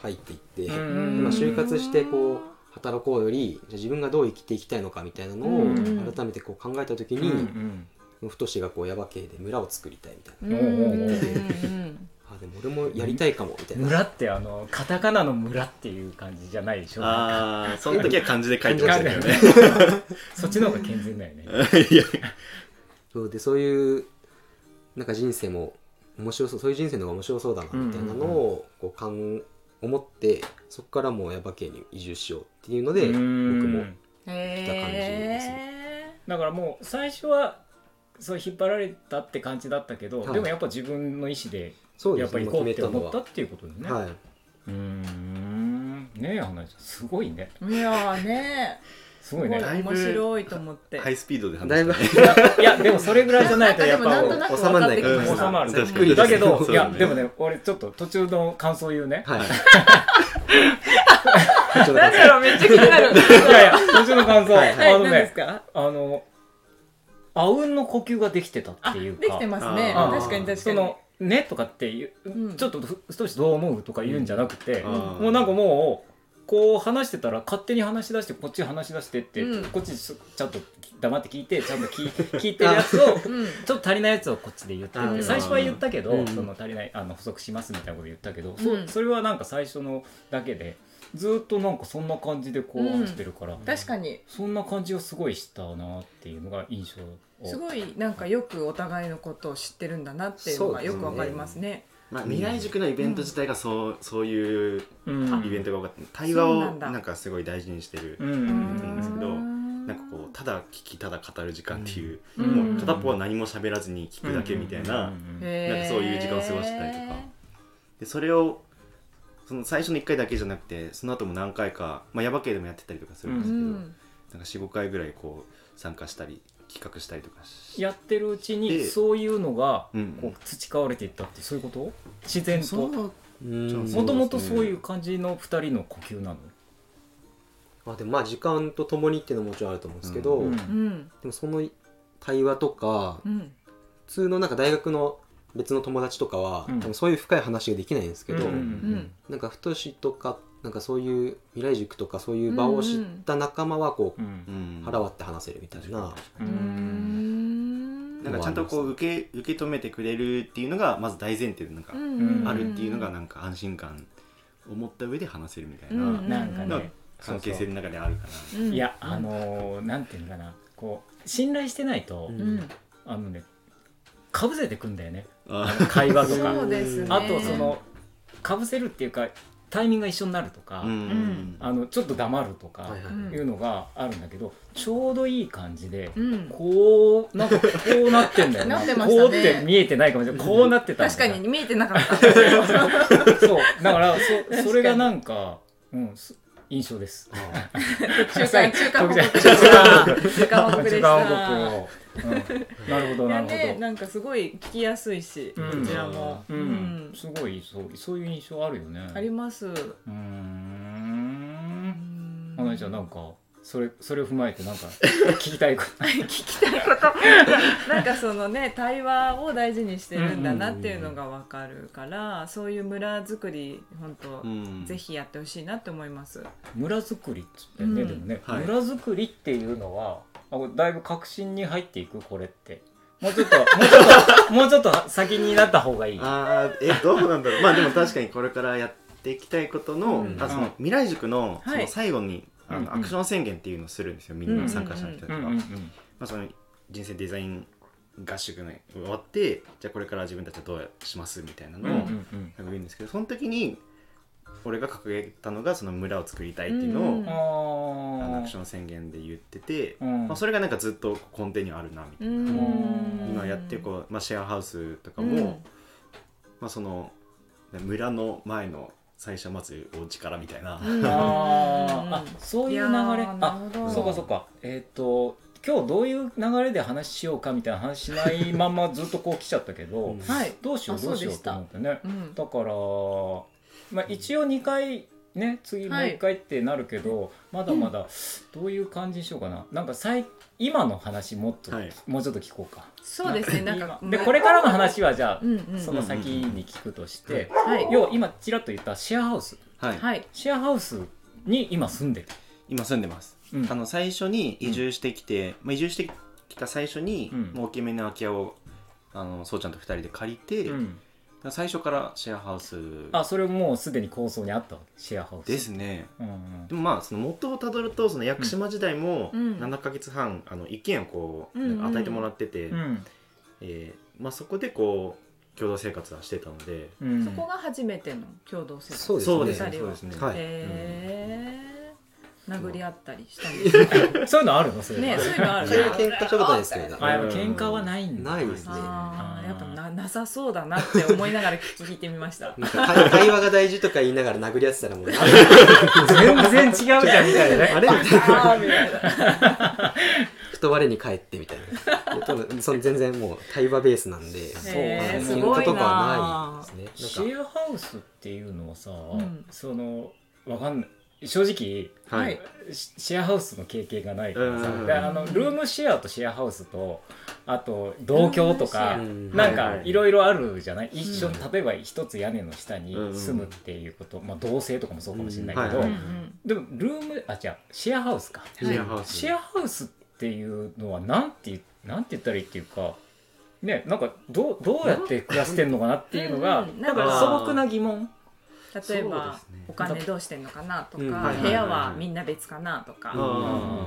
D: 入っていって、
A: うん
D: でまあ就活して
B: う
D: こ
B: ん
D: う働こうよりじゃあ自分がどう生きていきたいのかみたいなの
B: うん
D: を改めてこう考えた時
A: うんう
D: に、
A: ん
D: ふとしがこうヤバ系で村を作りたいみたいな
B: うんうんうん
D: あでも俺もやりたいかもみたいな
A: 村ってあのカタカナの村っていう感じじゃないでしょ
C: ああその時は漢字で書いてましたけどね。
A: そっちの方が健全だよね
C: いや
D: そうでそういうなんか人生も面白そうそういう人生の方が面白そうだなみたいなのをこうかん思ってそこからもうヤバ系に移住しようっていうので
A: う
D: 僕
A: ん
D: も
B: へ
D: 来た感じです
B: え
A: だからもう最初はそう引っ張られたって感じだったけど、
D: はい
A: でもやっぱ自分の意思で
D: そう
A: や
D: で
A: っ
D: す
A: ぱ
D: ね
A: 行こうって
D: 決めたの
A: 思
D: は
A: ったっていうことでね、
D: はいう
A: ーんねえ花ちゃんすごいね
B: いやーね
A: す
B: す
A: ご
B: ご
A: い
B: い
A: ね
C: だいぶ
B: 面白いと思って
C: ハイスピードで話
D: だいぶ
C: してね
A: いやでもそれぐらいじゃないとやっぱ
B: なん
A: も
B: かでもなん
A: う
B: となく
D: 収まんないから
B: 分かってきました
A: 収まる
C: 確
D: かに
A: だけど、
C: そう
A: いや
C: ね
A: でもね俺ちょっと途中の感想言うね、
D: はい
C: はい
D: ちょっ と
B: 何だろうめっちゃ気 になる
A: い、やいや途中の感想、
D: はい
B: は
A: あ
B: い
A: の
B: 何です
A: ね
B: か
A: あのあうんの呼吸ができてた
B: あ
A: っていうか
B: できてますね
C: あ
A: ー
B: 確かに確か
A: そ
B: に
A: の「ね」とかっていう、
B: うん
A: ちょっとふ少しどう思うとか言うんじゃなくて、
B: ん
C: あー
A: もうなんかもうこう話してたら勝手に話し出してこっち話し出してって、
B: うん
A: こっちすちゃんと黙って聞いてちゃんと聞い聞いてるやつを
B: うん
A: ちょっと足りないやつをこっちで言って
B: あー
A: て最初は言ったけど、
D: うん
A: その足りないあの補足しますみたいなこと言ったけど、
B: うん
A: そそれはなんか最初のだけでずっとなんかそんな感じでこう
B: うん
A: 話してるから、
B: 確かに
A: そんな感じをすごいしたなっていうのが印象を
B: すごいなんかよくお互いのことを知ってるんだなっていうのがよくわかりますね。
C: まあ未来塾のイベント自体がそうそういう
A: うん
C: イベントが多かった対話
B: そう
C: を
B: なんだ
C: なんかすごい大事にしてる
A: う
B: うん
C: んですけどなんかこうただ聞きただ語る時間っていう、もう片方は何も喋らずに聞くだけみたいな、
B: へー
C: なんかそういう時間を過ごしたりとかでそれをその最初の1回だけじゃなくてその後も何回か、まあ、ヤバ系でもやってたりとかするんで
B: う
C: すけど、
B: ん
C: なんか45回ぐらいこう参加したり企画したりとかし
A: やってるうちに
C: で
A: そういうのが
C: うん
A: こう培われていったってそういうこと自然と
C: そう
A: も
C: も
D: うん
C: そ
A: と
C: う
A: もとそういう感じの2人の呼吸なの
D: まあでもまあ時間とともにっていうのももちろんあると思うんですけど、
A: うん
D: で
B: うん
D: もその対話とか
B: うん
D: 普通のなんか大学の別の友達とかは、
A: うん
D: 多分そういう深い話ができないんですけど、
A: うん
B: うん
D: なんか太しとかなんかそういう未来塾とかそういう場を知った仲間はこう、
A: うん
C: うん
D: 腹割って話せるみたいな、
A: う
B: うんん
C: なんかちゃんとこう受け受け止めてくれるっていうのがまず大前提でなんか
B: うん
C: あるっていうのが
B: ん
C: なんか安心感を持った上で話せるみたい
B: うん
C: な
A: なんか
C: なんか
A: ね
C: 関係性の中であるか
A: いやあのーなんていうのかなこう信頼してないと
D: うん
B: うん
A: あのねかぶせてくんだよね
C: ら。あ
A: 会話とか
B: そうですね
A: あとそのかぶせるっていうかタイミングが一緒になるとか、
C: うん
A: あのちょっと黙るとか
D: はいはい
B: うん
A: いうのがあるんだけど、ちょうどいい感じで、
B: うん
A: こうなんかこうなってんだよ
B: なってまし
A: こ
B: たね
A: うって見えてないかもしれないこうなってたん
B: 確
A: だ
B: か
A: よ
B: に見えてなかった
A: そうだから
B: かに
A: そそれがなんか、うん、す印象です。
B: 中間中間報告で
A: 中
B: した。
A: 間
B: 中間報告でし
A: 時
B: た。
A: 間報告を、うん、 なるほど
B: い
A: な
B: や
A: るほど。
B: ね、なんかすごい聞きやすいし、
A: うん
B: こちらも、
A: う
B: うんん、
A: すごいそうそういう印象あるよね。
B: あります。う
A: うーん。
B: ん
A: 花ちゃんなんかそれそれを踏まえてなんか聞きたいこ
B: 聞きたいこと なんかそのね対話を大事にしてるんだなっていうのがわかるからそういう村づくり本当、
C: ん
B: ぜひやってほしいなって思います
A: と村づくりっつってね、
B: うん
A: でもね、
C: はい
A: 村づくりっていうのはあこれだいぶ革新に入っていくこれってもうちょっと もうちょっともうちょっと先になった方がいい。
C: ああえどうなんだろうまあでも確かにこれからやっていきたいことの,、
B: うん
C: あその未来塾の
B: はい
C: その最後に、あ
A: うんう
C: の
A: ん
C: アクション宣言っていうのをするんですよみんな参加者の人たち
A: う
C: が、
A: んうんうん
C: まあ、その人生デザイン合宿が終わってじゃあこれから自分たちはどうしますみたいな
A: うんう
C: のを
A: んうん
C: 言うんですけどその時に俺が掲げたのがその村を作りたいっていうのを、
B: うん
A: あ
C: あのア
A: ー
C: クション宣言で言ってて、
A: うん
C: まあ、それがなんかずっと根底にあるなみた
B: う
C: いな、
B: ん
C: 今やってこう、まあ、シェアハウスとか
B: うん
C: も、まあ、その村の前の最初はまずお家からみたいな、
B: うん
A: あーあそういう流れ
B: いやーな
A: あ
B: るほど
A: そうかそうかえっ、と今日どういう流れで話しようかみたいな話しないまんまずっとこう来ちゃったけど、
C: うん
B: はい
A: どうしよう
B: あ
A: どうしよう
B: そうでし
A: と
B: た
A: 思ってね
B: うん
A: だから、まあ、一応2回ね次もう1回ってなるけど、まだまだどういう感じにしようかななんか最今の話もっと、
C: はい
A: もうちょっと聞こうか。
B: そうですねなんか
A: 今でこれからの話はじゃあ、
B: うんうん
A: その先に聞くとして、
B: はい
A: 要は今ちらっと言ったシェアハウス
C: はい
B: はい
A: シェアハウスに今住んでる。
C: 今住んでます、
A: うん
C: あの最初に移住してきて、まあ、移住してきた最初に、
A: うん
C: もう大きめの空き家をあのそうちゃんと2人で借りて、だから最初からシェアハウス
A: あそれもうすでに構想にあったわけシェアハウス
C: ですね
A: うんうん
C: でもまあその元をたどるとその屋久島時代も
B: うん
C: 7ヶ月半、あの一軒をこう
B: うんうん
C: なんか与えてもらってて、
A: うん
C: えーまあ、そこでこう共同生活はしてたので
A: うん
B: そこが初めての共同生活
D: そうですね
B: ね
C: そうですね
D: はい
B: へえ殴り合ったりしたんですか
A: そういうのあるのそれ
B: ねそういうのある
D: 経験化したことないですけど
A: あ
D: ね
A: やっぱ喧嘩はないんだ
D: ないですね
B: あーやっぱななさそうだなって思いながら聞いてみました
D: なんか会会話が大事とか言いながら殴り合ってたら もうあれ
A: 全然違うじゃんみたいなね
D: あれ
B: あーみたいな
D: ふと我に返ってみたいな。 いや多分その全然もう対話ベースなんで、
A: そう
B: へー
A: あの
B: す
D: 喧
B: ご
D: 嘩
B: い
D: とかは
B: な
D: ないで
A: シ
D: すね。
A: ェアハウスっていうのはさ、
B: ん
A: そのわかんない正直
B: は
C: はいい、
A: シシェアハウスの経験がないから
C: うんうんう
A: さ
C: ん
A: であのルームシェアとシェアハウスとあと同居とか
B: ルー
D: ムシェ
A: な
D: ア
A: ん
C: はい
A: か
C: はい
A: いろいろあるじゃない一緒に例えば一つ屋根の下に
C: うんうん
A: 住むっていうことまあ同棲とかもそうかもしれないけ
C: うん
A: ど
C: はいはい
A: でもルームあ違うシェアハウスか
C: シェアハウス
A: シェアハウスっていうのはなんて言うなんて言ったらいいっていうかねなんかどうどうやって暮らしてんのかなっていうのが
B: うんうん
A: なんか素朴な疑問
B: 例えば、
C: そうですね
B: お金どうしてんのかなとか、
D: うんはい
C: はいはい
B: 部屋はみんな別かなとか、
C: うん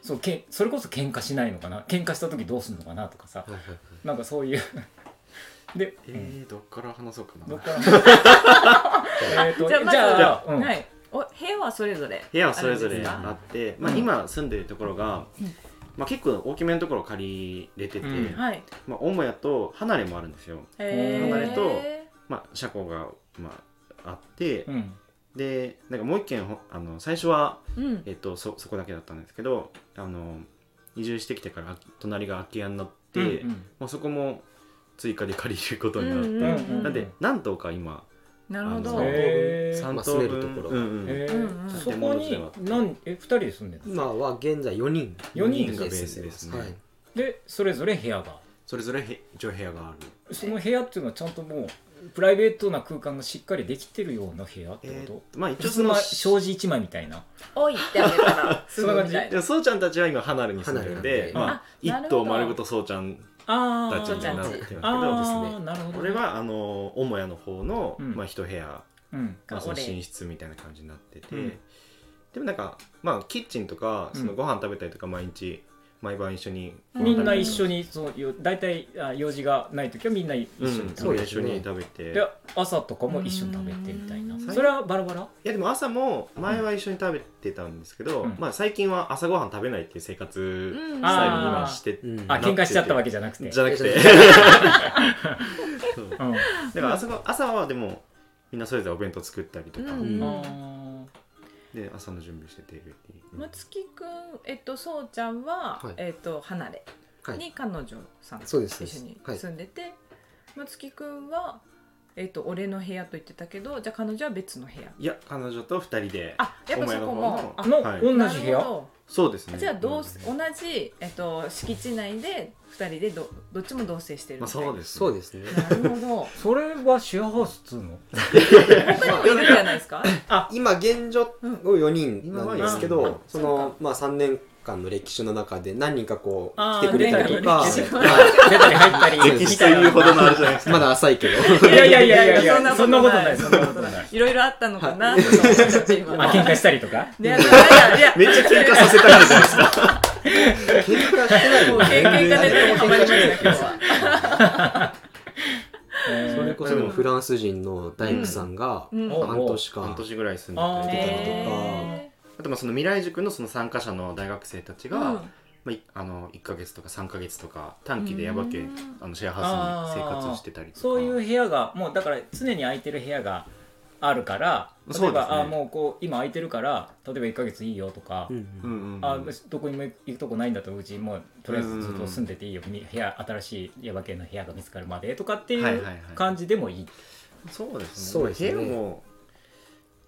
A: そうけそれこそ喧嘩しないのかな喧嘩した時どうすんのかなとかさ
D: はいはいはい
A: なんかそういう で、う
C: え
A: ん
C: ー、どっから話そうかな
A: どっから えーと
B: じゃあまず
A: じゃあ、うん
B: はい、お部屋はそれぞれ
C: 部屋はそれぞ
B: あるん
C: れ
B: ですか
C: あってまあ、
A: うん
C: 今住んでるところが、
B: うん
C: まあ、結構大きめのところを借りれてて、
A: うん
B: はい
C: まあ、母屋と離れもあるんですよ、
B: へ
A: お
C: 金
B: え
C: まあ、車庫が、まあ、あって、
A: うん
C: でなんかもう一軒ほあの最初は、
B: うん
C: えっとそそこだけだったんですけどあの移住してきてからあ隣が空き家になって、
A: うん
C: まあ、そこも追加で借りることになって、
B: うん
A: うんうん
C: なんで何棟か今
B: なるほ
C: あ
B: ど
C: の
A: へー
C: 3
D: まあ
C: 棟
D: 住め
C: 分、
D: るところ
C: うんうん
A: え
B: うんう
A: ー
B: ん
A: そこに何え二人で住んでるの
D: 今は現在4人。
A: 四人
C: がベースですね
D: はい。
A: でそれぞれ部屋が
C: それぞれへ一応部屋がある
A: その部屋っていうのはちゃんともうプライベートな空間がしっかりできてるような部屋って
C: え
A: こ
C: ーまあ
A: と、
C: 一応
A: 襖
C: その
A: 障子一枚みたいな
B: おいってあげたらすぐみたいな
C: でもそうちゃんたちは今離れに住んでるんで
D: 離れなんで
C: まあ、
B: あなるほ
C: 一
B: ど
C: 棟丸ごとそうちゃん
A: あ
C: たち
B: そう
C: に
B: ちゃん
C: な
A: あ
C: っ
B: ち
C: てるんですけど
A: あ
D: です
A: ーなるほどね
C: 俺、はあの母屋の方の、
A: うん
C: まあ、一部屋、
A: うん
C: まあ、そ
B: お
C: の
B: 礼
C: 寝室みたいな感じになってて、
A: うん
C: でもなんかまあキッチンとか
A: うん
C: そのご飯食べたりとか毎日毎晩一緒に
B: うん
A: みんな一
C: 緒
A: 緒にそうよ大体あ用事がない時はみんな一緒
C: う
A: に
C: ん、
A: 食
C: そ
A: べ
C: う
A: て、
C: 一緒に食べて、い
A: で朝とかも一緒に食べてみたいな
B: うん
A: それはバラバラ
C: やでも朝も前は一緒に食べてたんですけど、
A: うん
C: まあ、最近は朝ごはん食べないっていう生活
B: うん
C: スタイルに今して、
D: うん
A: あ
C: なって
A: 喧
C: て
A: 嘩しちゃったわけじゃなくて
C: じゃなくてそう
A: うん、あ
C: だから朝ご朝はでもみんなそれぞれお弁当作ったりとか、
B: うん
A: ー
C: で朝の準備しててっていう
B: むつきくんえっとそうちゃんは、
D: はい
B: えっと離れ
D: はい、
B: に彼女さんと
D: そうです
B: 一緒に
D: はい
B: 住んでて、むつきくんはえっと俺の部屋と言ってたけどじゃあ彼女は別の部屋
C: いや彼女と二人で
B: あやっぱそこ
C: お前の
B: も
C: 方
B: あ
A: の
C: はい
A: 同じ部
B: なる
A: 屋
B: ほ
C: そうです
B: ど
C: ね
B: じゃあどう
C: うん
B: 同じ、えっと、敷地内で2人でどどっちも同棲してる
C: まあ
B: みたいな、
C: そうです
D: そう
C: す
D: ですね。
B: なるほど
A: それはシェアハウスっつうの
B: 他にもいるんじゃないですか
D: 今現状を4人なんですけ
C: うん
D: ど、
B: そ
D: そ
B: う
D: の
B: か
D: まあ3年間の歴史の中で何人かこう
A: あー
D: 来てくれたりとか、
A: 年
B: 間の歴史
D: は
A: 出たり入ったり
D: そうです
C: 歴史というほどのあれじゃ ないです
D: い
C: か
D: まだ浅いけど、
A: いやいやいやいやそんなことないそ
B: そん
A: ん
B: な
A: な
B: こ
A: ことと
B: な
A: ないい
B: いろいろあったのかなと思って今
A: あ喧嘩したりとか
B: いやいやいや
C: めっちゃ喧嘩させたがるじゃないですか
D: 喧嘩してな
B: も
D: いよ
B: う
D: ね
B: 経験が出てハマりました今日は
D: それこそでもフランス人の大工さんが
B: うん
A: お
D: 半年 間、
C: 半年ぐらい住ん
A: あ
C: で
A: ー
C: て
B: へ
C: あとまあその未来塾のその参加者の大学生たち
B: ー
C: が、
B: うん
C: まあ、いあの1か月とか3か月とか短期でやばけ
B: うん
C: あのシェアハウスに生活をしてたりとか
A: そういう部屋がもうだから常に空いてる部屋があるから例
C: そ
A: え
C: うですね
A: ばあもうこう今空いてるから例えば1ヶ月いいよとか
D: うん
C: う
D: う
C: んんうんうん
A: あどこにも行くとこないんだとうちもうとりあえずずっと住んでていいよみ部屋新しいヤバ系の部屋が見つかるまでとかってい
C: はいはいうはい
A: 感じでもいい
C: そうですね
D: そうですね
C: まあ部屋も、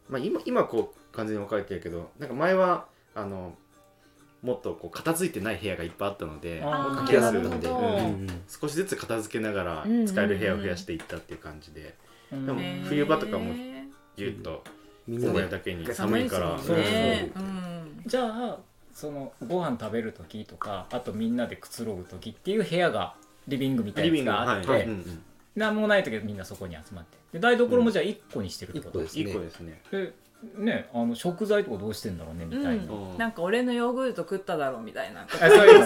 C: まあ、今今こう完全に分かれてるけどなんか前はあのもっとこう片付いてない部屋がいっぱいあったので
A: あー
C: 書きやすくなっ
B: なる
C: て
B: ほ
D: う
B: ど
C: うん
D: ん
C: 少しずつ片付けながら
B: うん
C: 使える部屋を増やしていったっていう感じで
A: うん
C: でも
B: へー
C: 冬場とかもぎゅっと
D: みん
C: 小
D: な
C: 部屋
D: で
C: だけに
B: 寒
C: 寒
B: い
C: い
B: で
C: か
B: す
C: ら
B: もん
A: そうそう
B: ねうん
A: じゃあそのご飯食べる時とかあとみんなでくつろぐ時っていう部屋がリビングみたい
C: リ
A: な
C: ビ
A: や
C: ン
A: つ
C: グ
A: があって、
C: はいうんうん
A: 何もない時はみんなそこに集まってで台所もじゃあ1個にしてるって
D: 一
A: こ
D: 個
A: と、
D: です
C: 一
D: ね
C: 個。ですね
A: でねあの食材とかどうしてんだろうねみたいな、
B: う
C: うん
B: なんか俺のヨーグルト食っただろみた いな
A: あそういう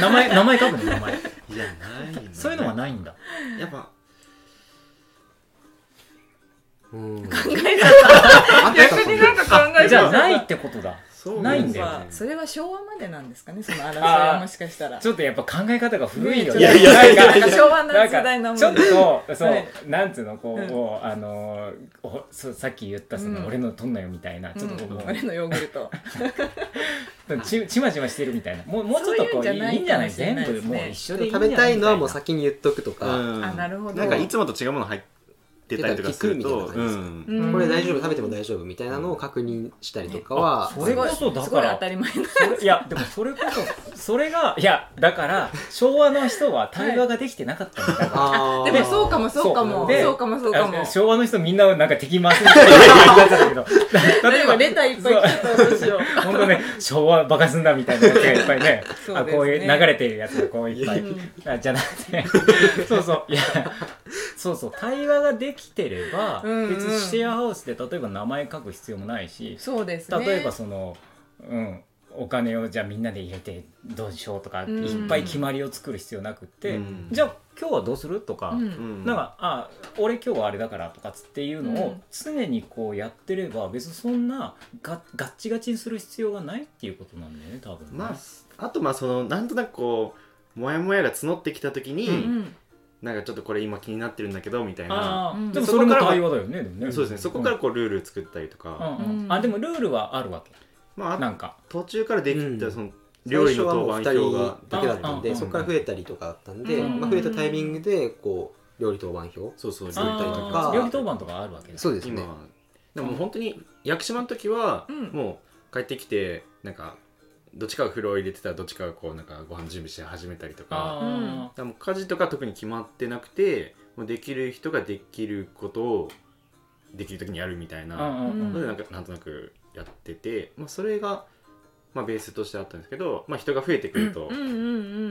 A: の 名前名前書くの名前
C: いやないね
A: そういうのはないんだ
C: やっぱ
D: うん
B: あ
D: あったかも
B: なんか考え
A: じ
B: ちゃ
A: ゃ
B: う
A: あないってことだ
C: そう
A: ないんだよ
B: まあそれは昭和までなんですかねその争い
A: あ
B: は
A: ー
B: もしかしたら
A: ちょっとやっぱ考え方が古いよね
B: ね
C: いやいやいや
A: なん
B: な
A: か
B: んか昭和の
A: なん
B: 時
A: か
B: 代のも
A: ちょっ
B: の
A: とそう、
B: はい
A: なんつうのこう、
B: うん
A: こうあのーおそうさっき言ったその、
B: うん
A: 俺の取んなよみたいなちょっとこう、
B: うん俺のヨーグルト
A: ちちまちましてるみたいなもうもうちょっとこうい
B: そういうんじゃない
A: いいんじゃない全
B: かもし
A: 部
B: れないです
A: も
B: ね
A: う一緒でいいんじゃ
D: 食
A: ない
D: べたいのはもう
A: み
D: 先に言っとくとか、
C: うん
B: あなるほど
C: なんかいつもと違うもの入ってたりとかすると
D: 出たり聞くみたいな感
C: うん
B: うん
D: これ大丈夫食べても大丈夫みたいなのを確認したりとかは、
A: それこそだから
B: すごい当たり前な
A: たいなそれいやでもそれこそそれがいやだから昭和の人は対話ができてなかったんだから、
D: あー
B: でもそうかもそうか
A: そ
B: も
A: うで
B: そうかもそうかも
A: あ昭和の人みんななんか敵回すみたいな感じになっちゃったけど
B: 例えばレターいっぱい来たらどうしよう
A: 本当ね昭和バカすんだみたいなやつがいっぱいね
B: そう
A: あ
B: ですね
A: こういう流れてるやつがこういっぱい
B: うん
A: あじゃなく てそうそういやそうそう対話ができてれば、
B: うんうん
A: 別にシェアハウスで例えば名前書く必要もないし
B: そうですね
A: 例えばその、うん、お金をじゃあみんなで入れてどうしようとか、
B: うん
A: いっぱい決まりを作る必要なくって、
C: うん
A: じゃあ今日はどうするとか、
B: うん
A: なんかあ俺今日はあれだからとかつっていうの
B: う
A: を
B: ん
A: 常にこうやってれば別にそんながガッチガチにする必要がないっていうことなんだよね多分ね、
C: まああとまあそのなんとなくこうモヤモヤが募ってきた時に、
B: うん
C: なんかちょっとこれ今気になってるんだけどみたいな
A: ああ、
B: うん
A: でもそれも対話だよねでもね
C: そうですねそこからこうルール作ったりと
A: う
C: か、
A: ん、うんうんあでもルールはあるわけ
C: まあ
A: な
C: あ
A: んか
C: 途中からでき
D: う
C: た
D: ん
C: その料
D: 最
C: 理
D: 初
C: の
D: はも
C: 当番
D: う2
C: 表
D: 人
C: が
D: だけだったん
A: う
D: で
A: ん
D: そこから増えたりとかだったんで、
A: うん
D: まあ、増えたタイミングでこう料理当番表
C: そうそう
D: あー
C: 料理当番
A: あ
D: か
A: ー料理当番とかあるわけだ
D: そうですね
C: 今はでも本当に屋久島の時は、
B: うん
C: もう帰ってきてなんかどっちかが風呂を入れてたらどっちかがこうなんかご飯準備して始めたりとか
A: あー
C: だからもう家事とか特に決まってなくてもうできる人ができることをできる時にやるみたいな、
A: うんうんうん
C: のでなんかなんとなくやってて、まあ、それが、まあ、ベースとしてあったんですけど、まあ、人が増えてくると、
B: うんう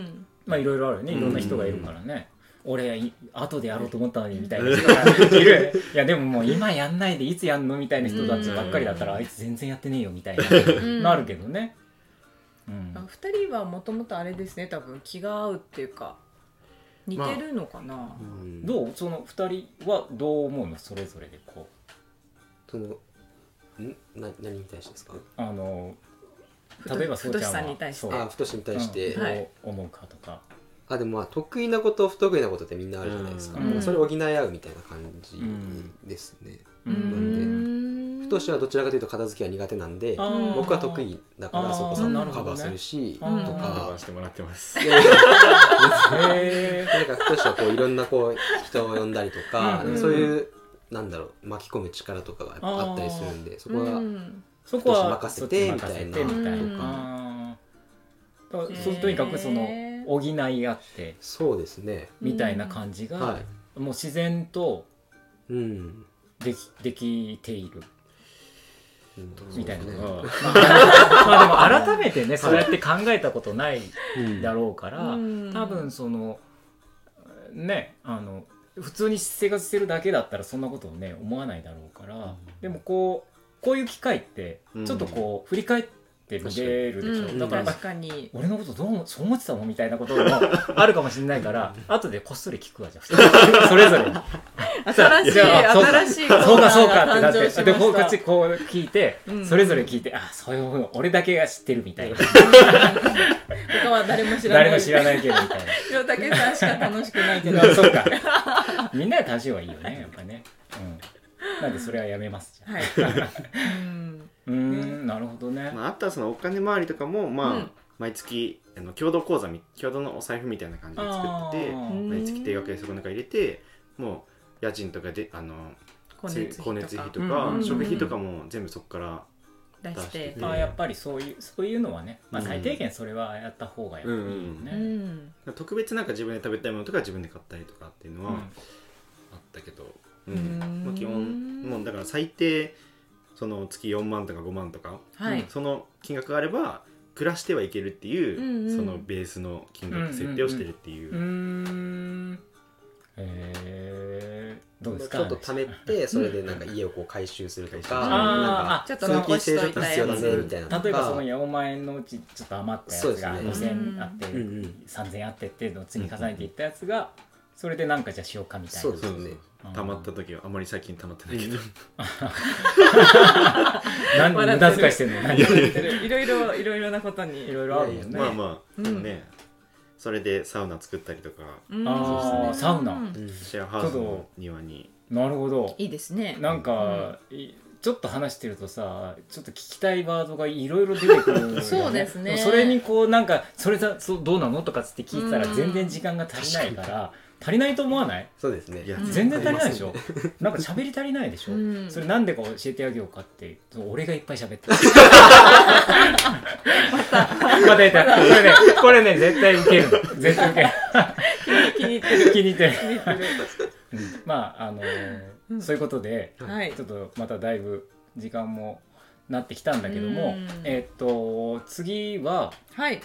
B: ん
A: まあいろいろあるよねいろんな人がいるからね、俺い後でやろうと思ったのにみたいな人がいるいやでももう今やんないでいつやんのみたいな人たちばっかりだったら
B: うん
A: あいつ全然やってねえよみたいな
B: うん
A: なるけどね、うん
B: あ二人はもともとあれですね多分気が合うっていうか似てるのかな、
D: うん
A: どうその2人はどう思うのそれぞれでこ
D: そのんな何に対してですか
A: うあの例えば
B: ふ
A: そう
B: と
A: ち
B: し
A: ゃん
B: さ
A: は
B: んに対して
A: そう
D: あ太しに対して、
A: うん
B: はい
A: どう思うかとか、
D: あでもまあ得意なこと不得意なことってみんなあるじゃないですか、
A: うん
D: それを補い合うみたいな感じですね、
B: うーん
D: なん
B: 二
D: としてはどちらかというと片付けは苦手なんで
B: あー
D: 僕は得意だか
A: あ
D: ら
A: ー
D: そこさん
B: な
D: も
B: る
A: ほ
D: カ
A: どね
D: バーするしと
A: あー
D: か
C: してもらってます
D: いやいや
A: へ
D: なんかふとしたこういろんなこう人を呼んだりと か
A: うん
B: うん
D: そういうなんだろう巻き込む力とかがやっぱあったりするんでそこは、
B: うん
A: そこは
D: 任せて
A: そっち任せて
D: み
A: み
D: た
A: た
D: い
A: い
D: な
A: な
B: とか
A: あーだから
B: へー
A: そうとにかくその補い合って
D: そうですね
A: みたいな感じ
D: は
A: が
D: い
A: もう自然と
D: うん、
A: できできている
D: うん
A: みたいな
D: そうですね
A: まあでも改めてねそうやって考えたことない
D: うん
A: だろうから
B: うん
A: 多分そのねあの普通に生活してるだけだったらそんなことをね思わないだろうからでもこうこういう機会ってちょっとこう振り返って見れるでしょ、
B: うん
A: だから、あ
B: 確かに
A: 俺のことどう思そう思ってたのみたいなこと もあるかもしれないから後でこっそり聞くわじゃあ それぞれに
B: 新しい
A: じゃあそうか
B: 新しいコ
A: そう
B: ーナ
A: かそう
B: ー
A: か
B: が
A: ってな
B: 誕
A: っ
B: 生してま
A: でこうこっ
B: し
A: ちこう聞いて、
B: うん
A: それぞれ聞いてあそういうの俺だけが知ってるみたいな
B: た他は誰も知らない
A: 誰も知らないけどみたいな。
B: よたけさんしか楽しくないけど
A: あそうか。みんなで楽しい方がいいよね、やっぱね。うん。なんでそれはやめますじゃあ。
B: はい、うん
A: うーん、なるほどね。
C: まあ、あとはそのお金回りとかも、まあ
B: うん
C: 毎月あの共同口座み共同のお財布みたいな感じで作ってて
A: あ
B: ー
C: 毎月定額でそこの中入れてもう家賃とかであの光熱費と
A: か
C: か、
B: うん
C: 食費とかも全部そこから、
B: 出して、
A: まあやっぱりそういうそういうのはね、まあ
C: うん
A: 最低限それはやった方がいいよね。
B: う
A: うん
B: ん、
C: 特別なんか自分で食べたいものとか自分で買ったりとかっていうのはあったけど、うん
B: うん
C: まあ、基本もうだから最低その月4万とか5万とか
B: はい、
C: その金額があれば暮らしてはいけるっていう、
B: うんうん
C: そのベースの金額設定をしてるっていう
A: うーん。へーどうですか。
D: ちょっと貯めてそれでなんか家をこう回収するとか
C: うん
D: なんか
A: あ
B: ちょっと
D: 通
B: 残
D: 勤
B: し
D: 性
B: と
D: ちょ
B: い
D: っと
B: た
D: 必要だ
B: やつ
D: ねみたいなとか
A: 例えばその4万円のうちちょっと余ったやつが
D: そうで
A: 5,000
B: すね
A: 円あって
D: うんうん
A: 3,000円あってっていうのを積み重ねていったやつがそれでなんかじゃあしようかみたいな
D: そうです
C: そうそう
D: ね
C: 溜まった時はあんまり最近溜まってないけど、
A: なん
B: 笑
A: 無
B: ってる
A: 駄遣いしてんの何
B: いろいろいろいろなことに
A: いろいろあるもんね。
C: まあまあ、
B: うん
C: でもねそれでサウナ作ったりとか
B: うん
A: あ
C: ー
A: サウナ
B: うん
D: うん
C: シェアハウスの庭に
A: なるほど。
B: いいですね
A: なんか、いちょっと話してるとさちょっと聞きたいワードがいろいろ出てくるよ、
B: そうですね
A: もそれにこうなんか「それさそうどうなの?」とかつって聞いてたら
B: うん
A: 全然時間が足りないから足りないと思わない
D: そうですね
C: いや
B: うん
A: 全然足りないでしょ、なんか喋り足りないでしょ、
B: うん
A: それなんでか教えてあげようかってそう俺がいっぱい喋ってるまた言ったこれねこれね絶対ウケるの絶対ウケる
B: 気に入ってる
A: 気に入ってる
B: 気に入って
A: まああのー
B: うん
A: そういうことで
B: るはい
A: ちょっとまただいぶ時間もなってきたんだけど
B: う
A: も
B: ん、
A: えっと次は
B: はい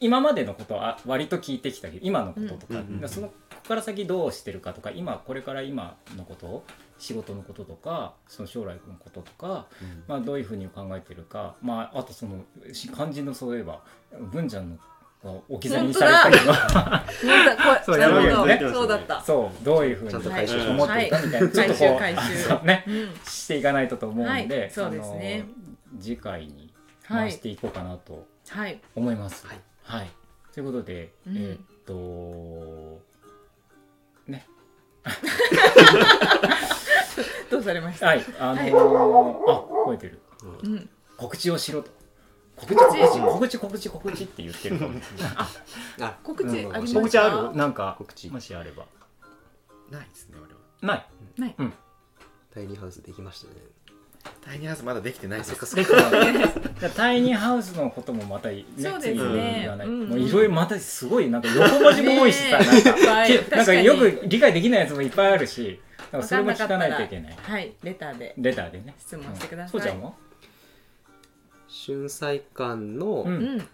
A: 今までのことは割と聞いてきたけど今のこととか,、
C: うんうん
A: そのここから先どうしてるかとか今これから今のこと仕事のこととかその将来のこととか、まあ、どういうふうに考えてるか、まあ、あとそのし漢字のそういえば文ちゃんのが置き去りにされてたけど。
B: なんだこ
A: そう
B: れなる
A: やば
B: ほど
A: いよ
C: ね
B: そうだった
A: そうどういうふうに
D: ちゃんと
A: 思っ
D: 回収
A: て
C: し
A: る
C: ま
A: か
C: す
A: みたいな、ちょっとこう
B: 回収回収
A: あのね
B: うん
A: していかないとと思うんで、
B: はいそうですね
A: あの次回に
B: は
A: 回し
B: い
A: ていこうかなと
B: はい
A: 思います。
D: はい
A: はいということで、
B: うん
A: えーっとね
B: どうされました
A: はいあのーあ覚えてる
B: うん
A: 告知をしろと告知
B: 告知
A: 告知告知告知って言ってるかもし れない
D: あ
B: 告知あります
A: 告知あるなんか
D: 告知
A: もしあれば
C: ないですね俺は
A: ない
D: タイニーハウスできましたね
C: タイニーハウスまだできてないです
D: かそ
A: できて ないじゃあタイニーハウスのこともまた、ね、
B: そうです
A: 次
B: ね
A: 言わない、
B: うん
A: もういろいろまたすごいなんか横文字も多いしさ、
B: ね
A: なんか
B: はい
A: けなん
B: 確
A: か
B: に
A: よく理解できないやつもいっぱいあるしなんかそれも
B: わか
A: 聞
B: んな
A: か
B: か
A: な
B: ったら
A: いといけない
B: はいレターで
A: レターでね
B: 質問してください
A: うんそうちゃんも
D: 春菜館の
A: うん
B: うん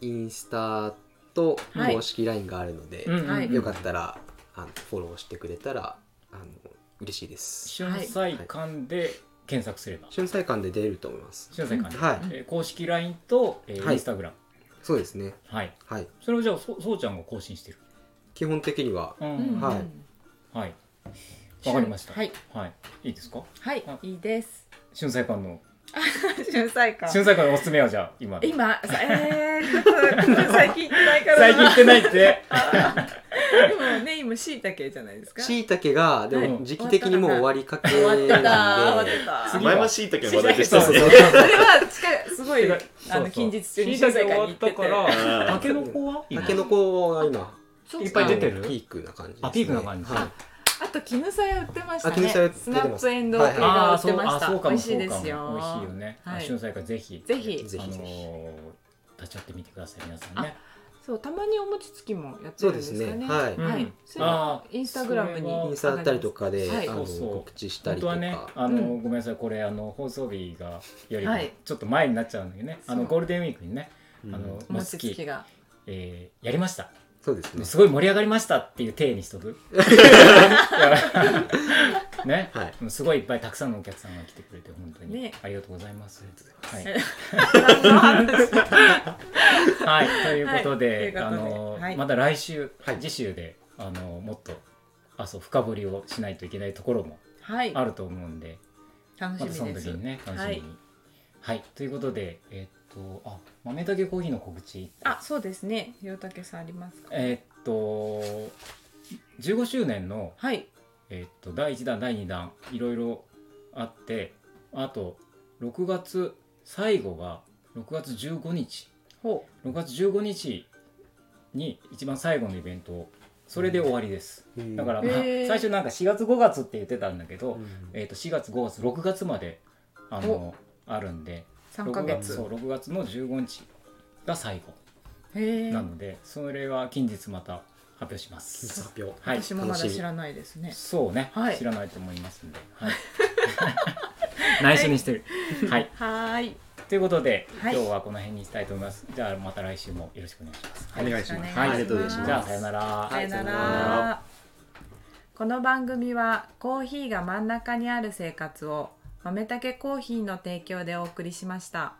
D: インスタと
B: はい
D: 公式 LINE があるので、
A: うんうん
B: はい
A: うん
D: よかったらあのフォローしてくれたらあの嬉しいです
A: 春菜館で検索すれば
D: 春菜館で出ると思います
A: 春菜館で、
D: はい
A: えー公式 LINE と、えー
D: はい
A: インスタグラム
D: そうですね
A: はい
D: はい
A: それをじゃあそそうちゃんが更新してる
D: 基本的には
A: うん
B: うん
A: はい
D: は
A: わ、かりました
B: はい、
A: はい、いいですか
B: はい
A: あ、
B: いいです。
A: 春菜館の
B: 春菜館。
A: 春菜館のおすすめはじゃあ今
B: 今、さえー、ちょっと最近行ってないからな。
A: 最近行ってないって
B: でもね今しいたけじゃないですか
D: しいたけがで
A: う
D: も
A: ん
D: 時期的にもう終わりかけ
B: 終わってた終わ
D: な
B: っ
D: んで
B: てた
A: 次
C: 前はしいたけの話題でし
B: そ
C: た
B: う
A: そう
C: ね
A: そう
B: それは近いすごい
A: そう
B: あの
A: そう
B: 近日中に
A: 椎
B: 新
A: 茸
B: 世界
A: 終
B: に
A: わ
B: 行
A: っ
B: っ
A: てた
B: て
A: から
C: うん
A: タケノコは今
D: たけのこは今
B: そうか
A: いっぱい出てる
D: ピークな感じですね
A: あピークな感じ
D: はい
B: あと絹さや売ってました
D: あ絹さや売っ
B: ね
D: てます
B: スナップエンドウ系が売ってま
A: あ
B: し
A: そうか
B: た美
A: も
B: 味し
A: そ
B: いうで
A: かも
B: すよ
A: 美味しいよね
B: はい
A: 旬菜からぜひ
B: ぜひ
D: ぜ
A: あ
D: ひ
A: の
D: ぜひ
A: ー立ち寄ってみてください皆さんね
B: そうたまにお餅つきもやってるんです
D: そう
B: か
D: で
B: ね
D: すねはい
A: うん
B: それは
A: あー
B: インスタグラム
A: そ
B: に
A: れは
D: インスタだったりとかで、
B: はい
D: あの
A: そうそう
D: 告知した
A: 本
D: り
A: 当
D: とか
A: はねあの、
B: う
A: ご
B: ん
A: めんなさいこれあの放送日がよりも
B: はい
A: ちょっと前になっちゃうんだけどね、あ
B: そ
A: の
B: う
A: ゴールデンウィークにね、
C: うん
A: あの
B: お餅つ
A: もう好
B: き
A: き
B: が
A: えーやりました
D: そうですね
A: すごい盛り上がりましたっていう体にしと くね、
D: はい
A: もうすごいいっぱいたくさんのお客さんが来てくれて本当に、
B: ね
A: ありがとうございますはい、
B: 何の話
A: はい、 ということで、
B: はい
A: あ
B: ということで
A: の、
B: はい
A: また来週、
D: はい
A: 次週であのもっとあそう深掘りをしないといけないところも
B: はい
A: あると思うんで、
B: 楽し
A: またそ
B: み
A: の
B: で
A: 時
B: す
A: にね楽し
B: は
A: みに。
B: い
A: はい、ということでえっとあ豆だけコーヒーの告知
B: あそうですね陽竹さんありますか
A: えっと15周年の
B: はい
A: えっと第1弾第2弾いろいろあってあと6月最後が6月15日
B: ほう
A: 6月15日に一番最後のイベントをそれで終わりです、だから、まあ
B: へー
A: 最初なんか4月5月って言ってたんだけど、
D: うん
A: えー、と4月5月6月まであのあるんで
B: 三ヶ
A: 6月
B: 月
A: そう6月の15日が最後
B: へえ
A: なのでそれは近日また発表します
D: 発表
A: はい
B: 私もまだ知らないですね
A: そうね、
B: はい
A: 知らないと思いますんで、はい 内緒にしてるはい
B: はーい
A: ということで、
B: はい
A: 今日はこの辺にしたいと思いますじゃあまた来週もよろしくお願いします
C: お願いします
A: はい
B: お願
C: ありがとうございます
A: じゃあさよなら、
B: さよな
D: はいさよな
B: ら。この番組はコーヒーが真ん中にある生活を豆たけコーヒーの提供でお送りしました。